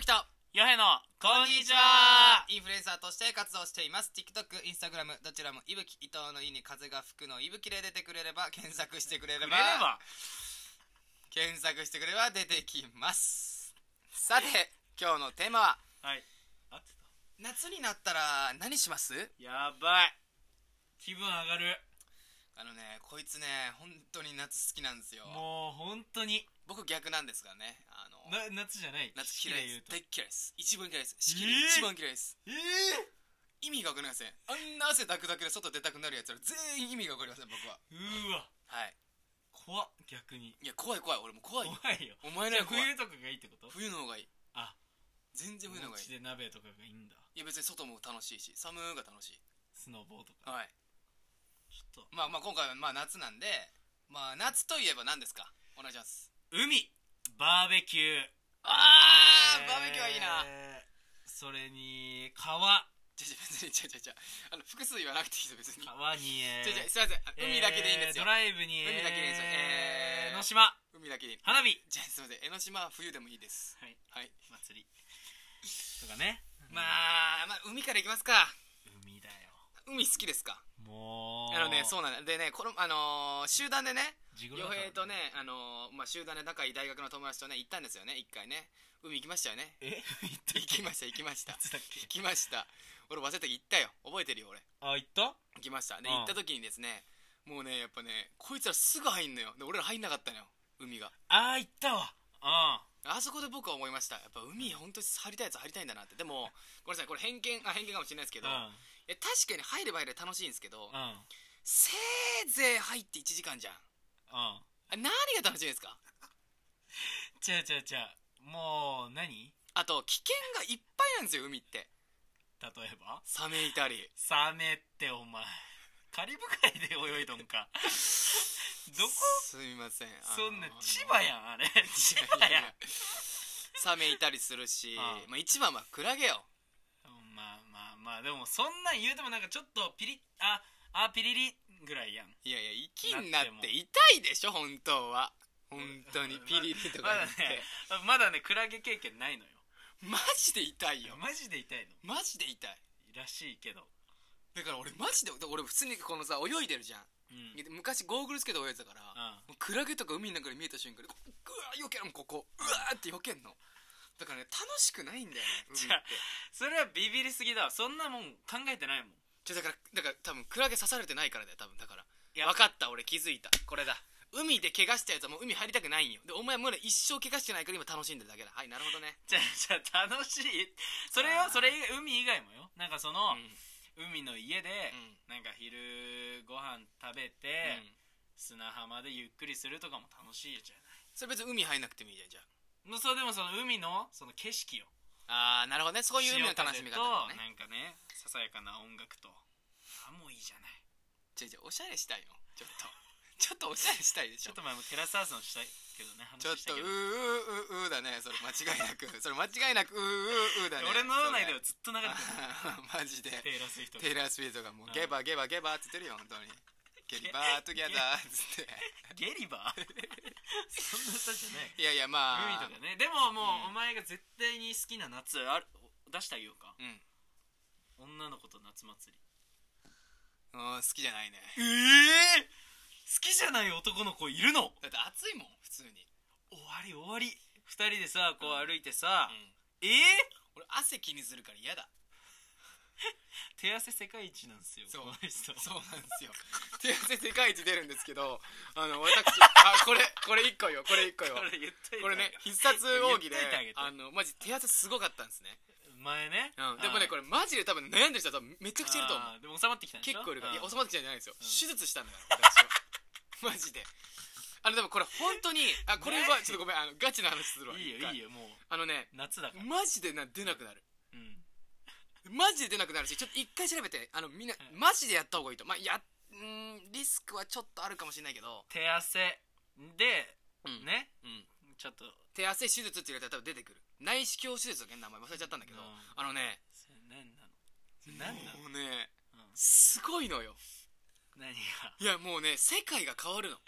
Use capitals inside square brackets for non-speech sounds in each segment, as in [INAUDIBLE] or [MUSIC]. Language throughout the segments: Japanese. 平平のこんにちはインフルエンサーとして活動しています TikTok、Instagram どちらもいぶき伊藤の「い」に風が吹くの「いぶき」で出てくれれば検索してくれれくれればば検索してくれれば出てきますさて今日のテーマははい合ってた夏になったら何しますやばい気分上がるあのねこいつね本当に夏好きなんですよもう本当に僕逆なんですがねあのな夏じゃない夏嫌いですえ大っ嫌いです一番嫌いですしきえーり一番嫌いですえ意味が分かりませんあんな汗だくだくで外出たくなるやつら全員意味が分かりません僕はうーわはい怖っ逆にいや怖い怖い俺も怖い怖よいよお前じらゃあが怖い冬とかがいいってこと冬の方がいいあ全然冬のお方がい家いで鍋とかがいいんだいや別に外も楽しいし寒が楽しいスノボーとかはいちょっとまあまあ今回はまあ夏なんでまあ夏といえば何ですかお願いします海バーベキューあーバーベキューはいいななそれに川じゃじゃ別にじゃじゃじゃあの複数言わなくていいです別にじゃ川にえーじゃすいませんあ海だけでいいんですえードよライブに海だけでいいんですよえー江ノ島海だけでいい花火じゃあすいません江ノ島は冬でもいいですはいはい祭りとかねまあまあ海から行きますか海だよ海好きですかもうあのねそうなんでねこのあのー集団でね地黒余だか平とらねあのーまあ集団で仲いい大学の友達とね行ったんですよね一回ね海行きましたよ [LAUGHS] ねえ行ったっ行けきました行きましたいつだっけ行きました俺忘れた行ったよ覚えてるよ俺あ行った行きましたでうん行った時にですねもうねやっぱねこいつらすぐ入んのよで俺ら入んなかったのよ海があー行ったわああそこで僕は思いましたやっぱ海本当に入りたいやつ入りたいんだなってでもごめんなさいこれ偏見あ偏見かもしれないですけーど、うんいや確かに入れば入れば楽しいんですけど、うんうんせいぜい入って1時間じゃんあ何が楽しいんですかちゃうちゃうちゃうもう何あと危険がいっぱいなんですよ海って例えばサメいたりサメってお前カリブ海で泳いどん [LAUGHS] かどこすみませんそんな千葉やんあれ千葉やん [LAUGHS] サメいたりするしああまあ、一番はクラゲよまあまあまあでもそんなん言うてもなんかちょっとピリッああピリリぐらいやんいやいや息になっなってても痛いでしょ本当は本当にまピリリとまか言だねって、まだね [LAUGHS] クラゲ経験ないのよマジで痛いよマジで痛いマジで痛いのらしいけど、だから俺マジで俺普通にこのさ泳いでるじゃんうんうん、で昔ゴーグルつけて泳いでたからもうクラゲとか海の中で見えた瞬間にこううわー避けるもんここうわーって避けんのだからね楽しくないんだよね海ってじゃあそれはビビりすぎだわそんなもん考えてないもん [LAUGHS] じゃあだからだから多分クラゲ刺されてないからだよ多分だからいや分かった俺気づいたこれだ海で怪我したやつはもう海入りたくないんよでお前もうね一生怪我してないから今楽しんでるだけだはいなるほどねじゃあじゃあ楽しいそれあはーそれ以外海以外もよなんかそのうん、海の家で、うんなんか昼ご飯食べて、うん砂浜でゆっくりするとかも楽しいじゃそれ別に海入んなくてもいいじゃんじゃないもうそうでもその海のその景色よああーなるほどねそういう海の楽しみ方だ潮風とねなんかねささやかな音楽とあもういいじゃないじゃあじゃあおしゃれしたいのちょっと [LAUGHS] ちょっとおしゃれしたいでしちょょっと前もテラスハウスのしたいけどねちょっ話したとうーうけどーうーうーだねそれ間違いなくそれ間違いなくうーうーうーだね俺の脳内ではそずっと流れれてる [LAUGHS] マジでテイラー・スウィフトテイラー・スウィートがもううんゲバゲバゲバっつってるよ本当にゲリバートギャザーっつってゲリバーそんな歌じゃないいやいやまあ海とかねでももう、うんお前が絶対に好きな夏ある出してあげようかうん女の子と夏祭りうん好きじゃないねええ好きじゃない男の子いるのだって暑いもん普通に、終わり終わり二人でさこう歩いてさ、ええ俺汗気にするから嫌だ手汗世界一なんですよそうこの人そうなんですよ手汗世界一出るんですけどあの [LAUGHS] 私あこれこれ一個よこれ一個よこれ言っといてこれね必殺奥義で言っといてあげてあのマジ手汗すごかったんですね、前ね、うん、でもねこれれマジで多分悩んでる人は多分めちゃくちゃいると思うでも収まってきたんでし結ょ構いるからいやうん収まってきたんじゃないですよ、うん手術したんだから私は [LAUGHS] マジであのでもこれ本当にあこれはねちょっとごめんあのガチな話するわいい一よ回いいよもうあのね夏だからマジでな出なくなるうんマジで出なくなるしちょっと一回調べてあのみんなうんマジでやった方がいいとまあやうーんリスクはちょっとあるかもしれないけど、手汗でうんねうん、ちょっと手汗手術って言われたら多分出てくる内視鏡手術だっけ名前忘れちゃったんだけど、うんあのねそれ何なのそれ何なの、もうねうんすごいのよ何がいやもうね世界が変わるの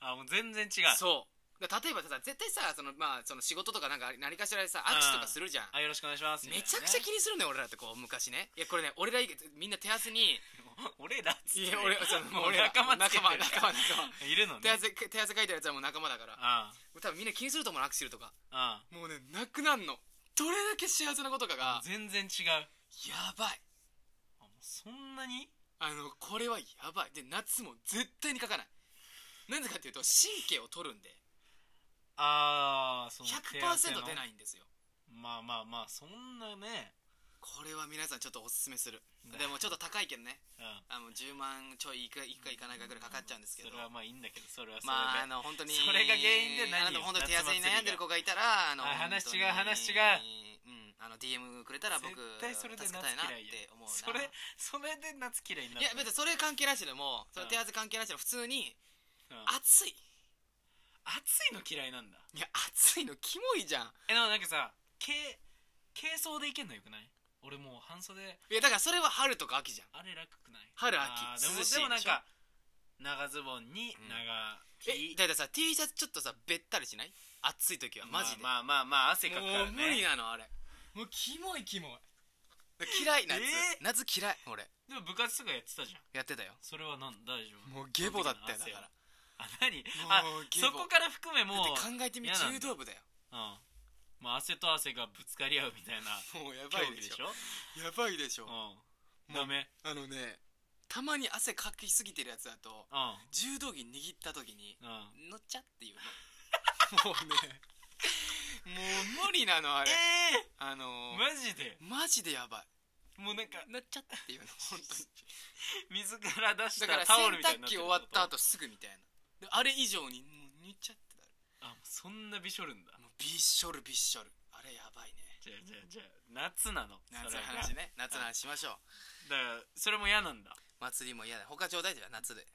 あもう全然違うそうだから例えばさ絶対さその、まあ、その仕事とかなんか何かしらでさ握手とかするじゃんあよろしくお願いしますみたいめなねちゃくちゃ気にするのよ俺らってこう昔ねいやこれね俺ら以外みんな手厚に俺らっつっいてや俺そのもう俺ら仲間つ仲けて間る仲間仲間い [LAUGHS] るの手ね汗手汗かいたやつはもう仲間だからあ多分みんな気にすると思うの握手するとかああもうねなくなんのどれだけ幸せなことかあが全然違うやばいあもうそんなにあのこれはやばいで夏も絶対に書かないなぜかっていうと神経を取るんでああその手汗の100%出ないんですよまあまあまあそんなねこれは皆さんちょっとおすすめするねでもちょっと高いけどねうんあの10万ちょいいくいくかいかないかぐらいかかっちゃうんですけどそれはまあいいんだけどそれはそれでまああの本当にそれが原因で何あの本当に手汗に悩んでる子がいたらあのあ話本当に違う話違ううんあの DM くれたら僕絶対それで夏助けたいなっ嫌いやて思うなそれそれで夏嫌いにないっやた別にそれ関係なしでもそれうん手汗関係なしでも普通にうん暑い暑いの嫌いなんだいや暑いのキモいじゃんえでもなんかさ軽軽装でいけんのよくない俺もう半袖いやだからそれは春とか秋じゃんあれ楽くない春あー秋でも涼しいでもなんでしょか長ズボンにうん長 T えだってさ T シャツちょっとさべったりしない暑い時はマジで、まあまあまあまあ汗かくからもうね無理なのあれもうキモいキモい嫌い夏、え夏嫌い俺でも部活とかやってたじゃんやってたよそれはなん大丈夫もうゲボだったよだ汗かはらあ何あもうゲボそこから含めもうだって考えてみ嫌なん柔だ道部だようんまあ、汗と汗がぶつかり合うみたいなもうやば競い技ででししょょやばいでしょうんもうダメあのねたまに汗かきすぎてるやつだとうん柔道着握った時にうん乗っちゃっていうの [LAUGHS] もうねもう無理なのあれえあのーえマジでマジでやばいもうなんか乗っちゃって [LAUGHS] いうの本当に水から出しだかたらタオルみたい洗濯になっ機てる終わった後すぐみたいなであれ以上にもう塗っちゃってあそんなびしょるんだたもうびっしょるびっしょるあれやばいねじゃあじゃあじゃあ夏なの夏そのれが話ね夏の話しましょうだからそれも嫌なんだ祭りも嫌だ他ちょうだいじゃん夏で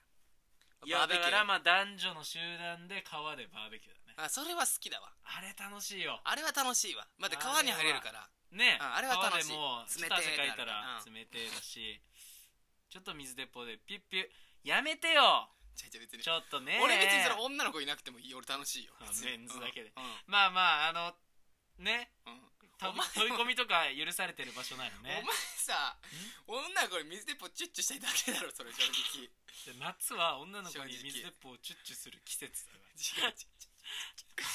いやだからままあ男女の集団で川でバーベキューだねあそれは好きだわあれ楽しいよあれは楽しいわまだって川に入れるからねうんあれは楽しい川でもちょっと冷て汗えかいなるたらう冷てえだしちょっと水鉄砲でピュッピュやめてよじゃじゃ別にちょっとね俺別にそれ女の子いなくてもいい俺楽しいよあ別にメンズだけでうんまあまああのねうんうん飛お前び込みとか許されてる場所なのお前ねさ女の子に水鉄砲チュッチュしたいだけだろそれ正直違 [LAUGHS] で夏は女の子に正直水鉄砲をチュッチュする季節だからう違う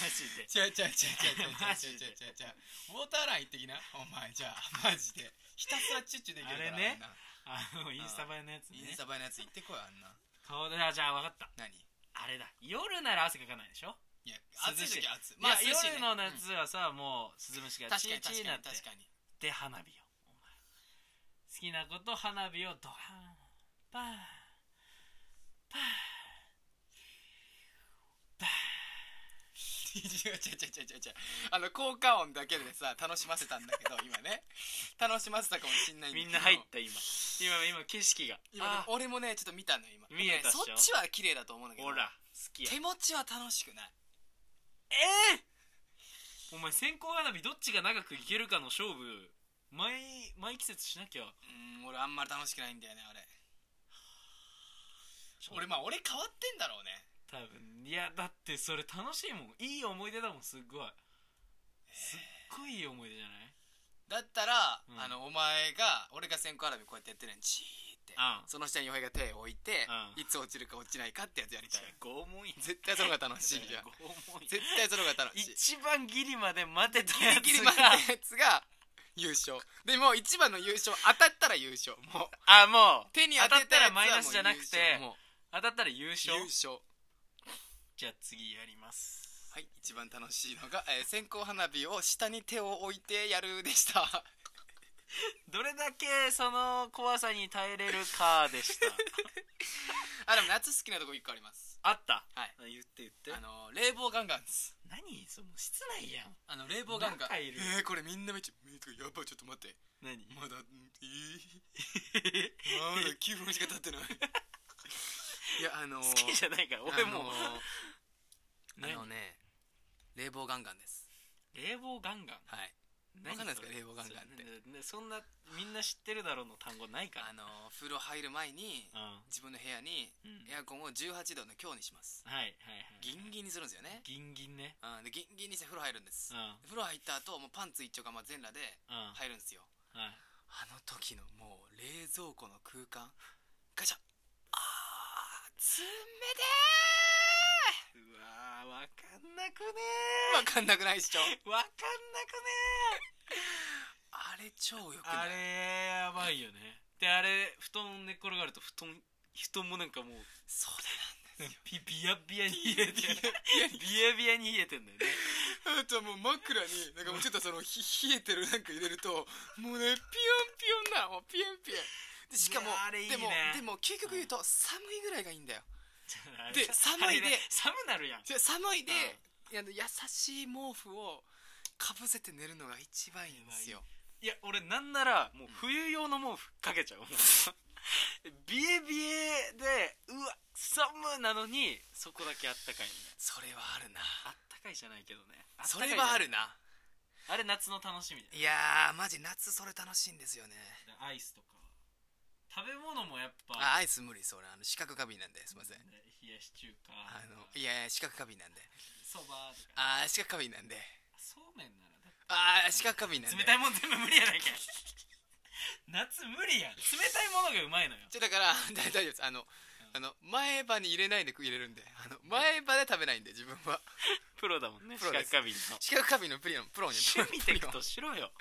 マジで違う違う違う違う違う違う違う違う違う違うウォーターライン的なお前じゃあマジでひたすらチュッチュできるからあれねんなあのインスタ映えのやつインねスタ映えのやつ行ってこいあんな顔であじゃあ分かった何いあれだ夜なら汗かかないでしょや涼暑いしい時は暑いまあ、涼しいね夜の夏はさ、もう鈴虫うんがチ確かーに確チーかなっにて確かにで花火よお前好きなこと花火をドカンバーンバーンバー違う違う違う違う違う違う [LAUGHS] あの効果音だけでさ楽しませたんだけど今ね楽しませたかもしんないンんだけみどんな入った今今今景色が今あ俺もねちょっと見たのよ今見えたっしょそっちは綺麗だと思うんだけどほら好きや手持ちは楽しくないええお前線香花火どっちが長くいけるかの勝負毎毎季節しなきゃうん俺あんまり楽しくないんだよねあれ俺まあ俺変わってんだろうね多分いやだってそれ楽しいもんいい思い出だもんすっごいすっごいいい思い出じゃなだいったら、うんあのお前が俺が線香花火こうやってやってるのにチーってうんその下に余平が手を置いてうんいつ落ちるか落ちないかってやつやりたい拷問や絶対その方が楽しいじゃん拷問や絶対その方が楽しい一番ギリまで待てたやつがギリギリまでのやつが優勝でもう一番の優勝当たったら優勝もう [LAUGHS] あもう手に当てたら当たったらマイナスじゃなくてもう当たったら優優勝勝優勝じゃあ次やりますはい一番楽しいのが、えー線香花火を下に手を置いてやるでした [LAUGHS] どれだけその怖さに耐えれるか [LAUGHS] でしたあでも夏好きなとこ一個ありますあったはい言って言ってあの冷房ガンガンです何その室内やんあの冷房ガンガン中いるえー、これみんなめっちゃえーやばいちょっと待って何まだんえー、まだ9分しか経ってない [LAUGHS] いやあのー、好きじゃないから俺もあう、のーあのね冷房ガンガンです冷房ガンガンはい何わかんないですかそれ令和元旦ってそれねそんなみんな知ってるだろうの単語ないからあのー風呂入る前にうん、自分の部屋にうんエアコンを18度の強にしますはいはいはいギンギンにするんですよねギンギンねうんでギンギンにして風呂入るんですうんうん風呂入った後もうパンツ一丁がまあ全裸ではい入るんですよあの時のもう冷蔵庫の空間ガシャあー冷てうわーわかんなくねーわかんなくないっしょーわかんなくねあれ超よくーなあいれやばいよねであれ布団寝っ転がると布団布団もなんか [LAUGHS] もうそうピビヤビヤに冷えて [LAUGHS] ビヤビヤに冷えてんだよねだなあともう枕になんかもうちょっとそのひ冷えてるなんか入れるともうねピヨンピヨンなのもうピヨンピヨンでしかもいやあれいいねでもでも究極言うと寒いぐらいがいいんだよでさ寒いで [LAUGHS] あれね寒なるやんで寒いで、あの優しい毛布をかぶせて寝るのが一番いいんですよいや俺なんならもう冬用の毛布かけちゃう [LAUGHS] ビエビエでうわ寒いなのにそこだけあったかいみたいそれはあるななあったかいじゃないけどねそれはあるねなあれ夏の楽しみだよいやーマジ夏それ楽しいんですよねアイスとか食べ物もやっぱあアイス無理それあの視覚過敏なんですいませんね冷やし中華あのいやいや視覚過敏なんでそばとかあー視覚過敏なんでそうめんならだってあー視覚過敏なんで冷たいもん全部無理やない [LAUGHS] かい夏無理やん冷たいものがうまいのよちょだから [LAUGHS] 大丈夫ですあの、あの前歯に入れないで入れるんであの前歯で食べないんで自分は [LAUGHS] プロだもんねプロです過敏の視覚過敏のプリのプロに趣味テクプロトしろよ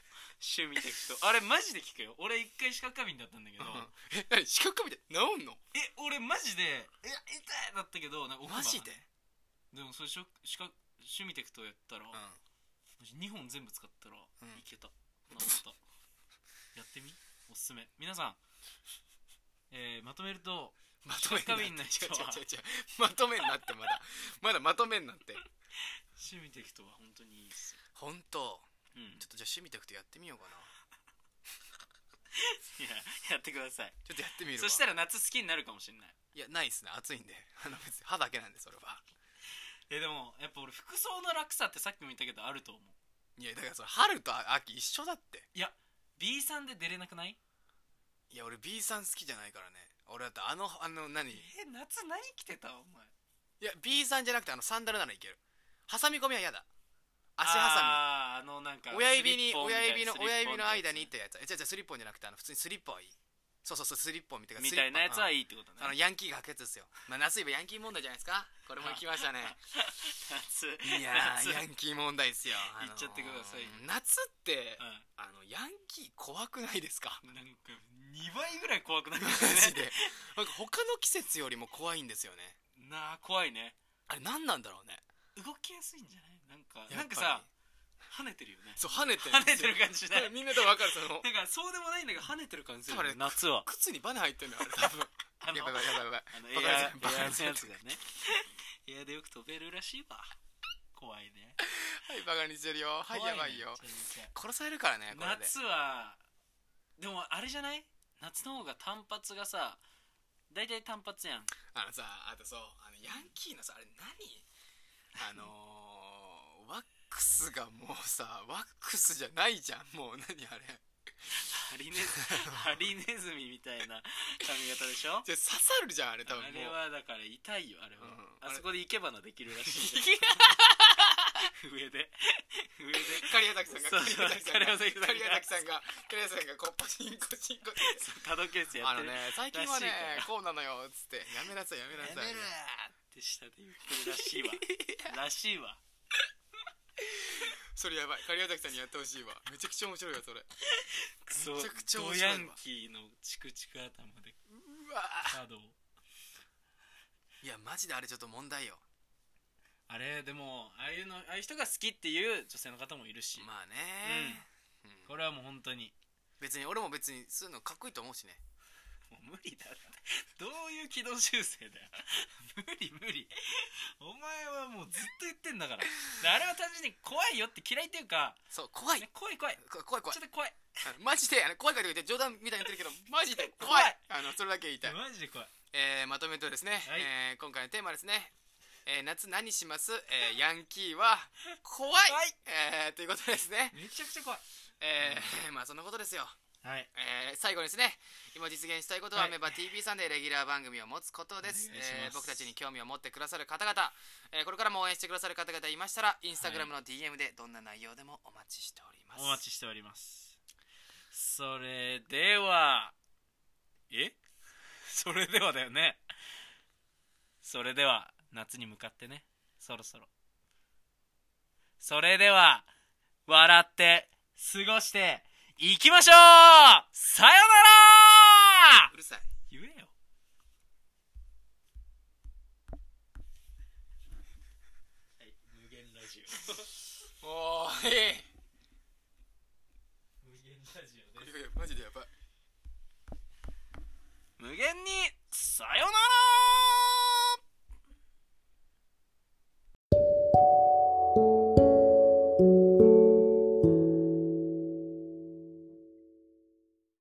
趣味テクトあれマジで聞くよ俺一回視覚過敏だったんだけどうんえ何視覚過敏って治んのえ俺マジでいや痛いだったけどなんか奥歯マジででもそれしょ視覚趣味テクトやったら、2本全部使ったら、んいけた治ったやってみおすすめ皆さん、えーまとめるとまとめ過敏んななって人は違う違う違う違うまとめんなってまだまだまとめんなって趣味テクトは本当にいいですよ、本当うん、いちょっとじゃあ趣味たくてやってみようかなややってくださいちょっとやってみるそわしたら夏好きになるかもしれないいやないっすね暑いんで [LAUGHS] あの別に歯だけなんでそれはえでもやっぱ俺服装の楽さってさっきも言ったけどあると思ういやだからそれ春と秋一緒だって B さんで出れなくないいや俺 B さん好きじゃないからね俺だってあのあの何いえ夏何着てたお前や B さんじゃなくてあのサンダルならいける挟み込みは嫌だ足挟あーあのなんかみ親指にスリッ親指のポンみたいなスリッポン親指の間にっみたてやつえ違う違うスリッポンじゃなくてあの普通にスリッポンいいそうそうそうスリッポンみたいいななみたいなやつはいいいってことねあのヤンキーが履くやつですよまあ夏いえばヤンキー問題じゃないですかこれも行きましたね [LAUGHS] 夏い [LAUGHS] や夏ーヤ [LAUGHS] ンキー問題ですよ言っちゃってくださいあのー夏ってうあのヤンキー怖くないです [LAUGHS] かんなんか2倍ぐらい怖くなるマジでなんか他の季節よりも怖いんですよねなあ怖いねあれ何なんだろうね動きやすいんじゃないなんかやっぱりなんかさ跳ねてるよねそう跳ねて跳ねてる感じしじないなんかみんなと分かるそのそうでもないんだけど跳ねてる感じするよね多分あ夏は靴にバネ入ってんのよあれ多分あ [LAUGHS] のやばいやばいやばいやばいあバのカエアバカエアのやつがねエアでよく飛べるらしいわ怖いねはいバカにしてるよはい怖やねばいよめちゃめちゃ殺されるからねこれで夏はでもあれじゃない夏の方が単発がさ大体単発やんあのさあとそうあのヤンキーのさあれ何あのー、ワックスがもうさワックスじゃないじゃんもう何あれハ [LAUGHS] リネハリネズミみたいな髪型でしょじゃ刺さるじゃんあれ多あ分もうれはだから痛いよあれは、うんあそこで生け花できるらしい上で上で狩矢崎さんがそうそう狩矢崎さんが狩狩矢矢崎崎さんが狩矢崎さんがこうパチンコチンコって多度決やあってのる、ね最近はねらしいからこうなのよっつってやめなさいやめなさいって下で言ってるら [LAUGHS] しいわらしいわそれやばい狩矢崎さんにやってほしいわめちゃくちゃ面白いわそれうクソめちゃくちゃド面白いわヤンキーのチクチク頭でわ角をいやマジであれちょっと問題よあれでもああいうのああいう人が好きっていう女性の方もいるし、まあね、うんこれはもう本当に別に俺も別にそういうのかっこいいと思うしねもう無理だってどういう軌道修正だよ無理無理お前はもうずっと言ってんだからであれは単純に怖いよって嫌いっていうか、そう怖いね怖い怖いこ怖い怖いちょっと怖いあのマジであの怖いからとか言って冗談みたいに言ってるけどマジで怖怖いいあのそれだけ言いたいマジで怖いえーまとめるとですね、はいえー今回のテーマはですね、えー夏何 [LAUGHS] します、えーヤンキーは怖い、怖いえーということでですね、めちゃくちゃ怖いえー [LAUGHS] まあそんなことですよはいえー最後にですね今実現したいことは、はいメバ TV さんでレギュラー番組を持つことですお願いしますえー僕たちに興味を持ってくださる方々、えーこれからも応援してくださる方々いましたらインスタグラムの DM でどんな内容でもお待ちしておりますお待ちしておりますそれではえ [LAUGHS] それではだよねそれでは夏に向かってねそろそろそれでは笑って過ごしていきましょうさよならうるさい言えよはい無限ラジオおーい無限ラ [LAUGHS] ジオですマジでやばい無限にさよなら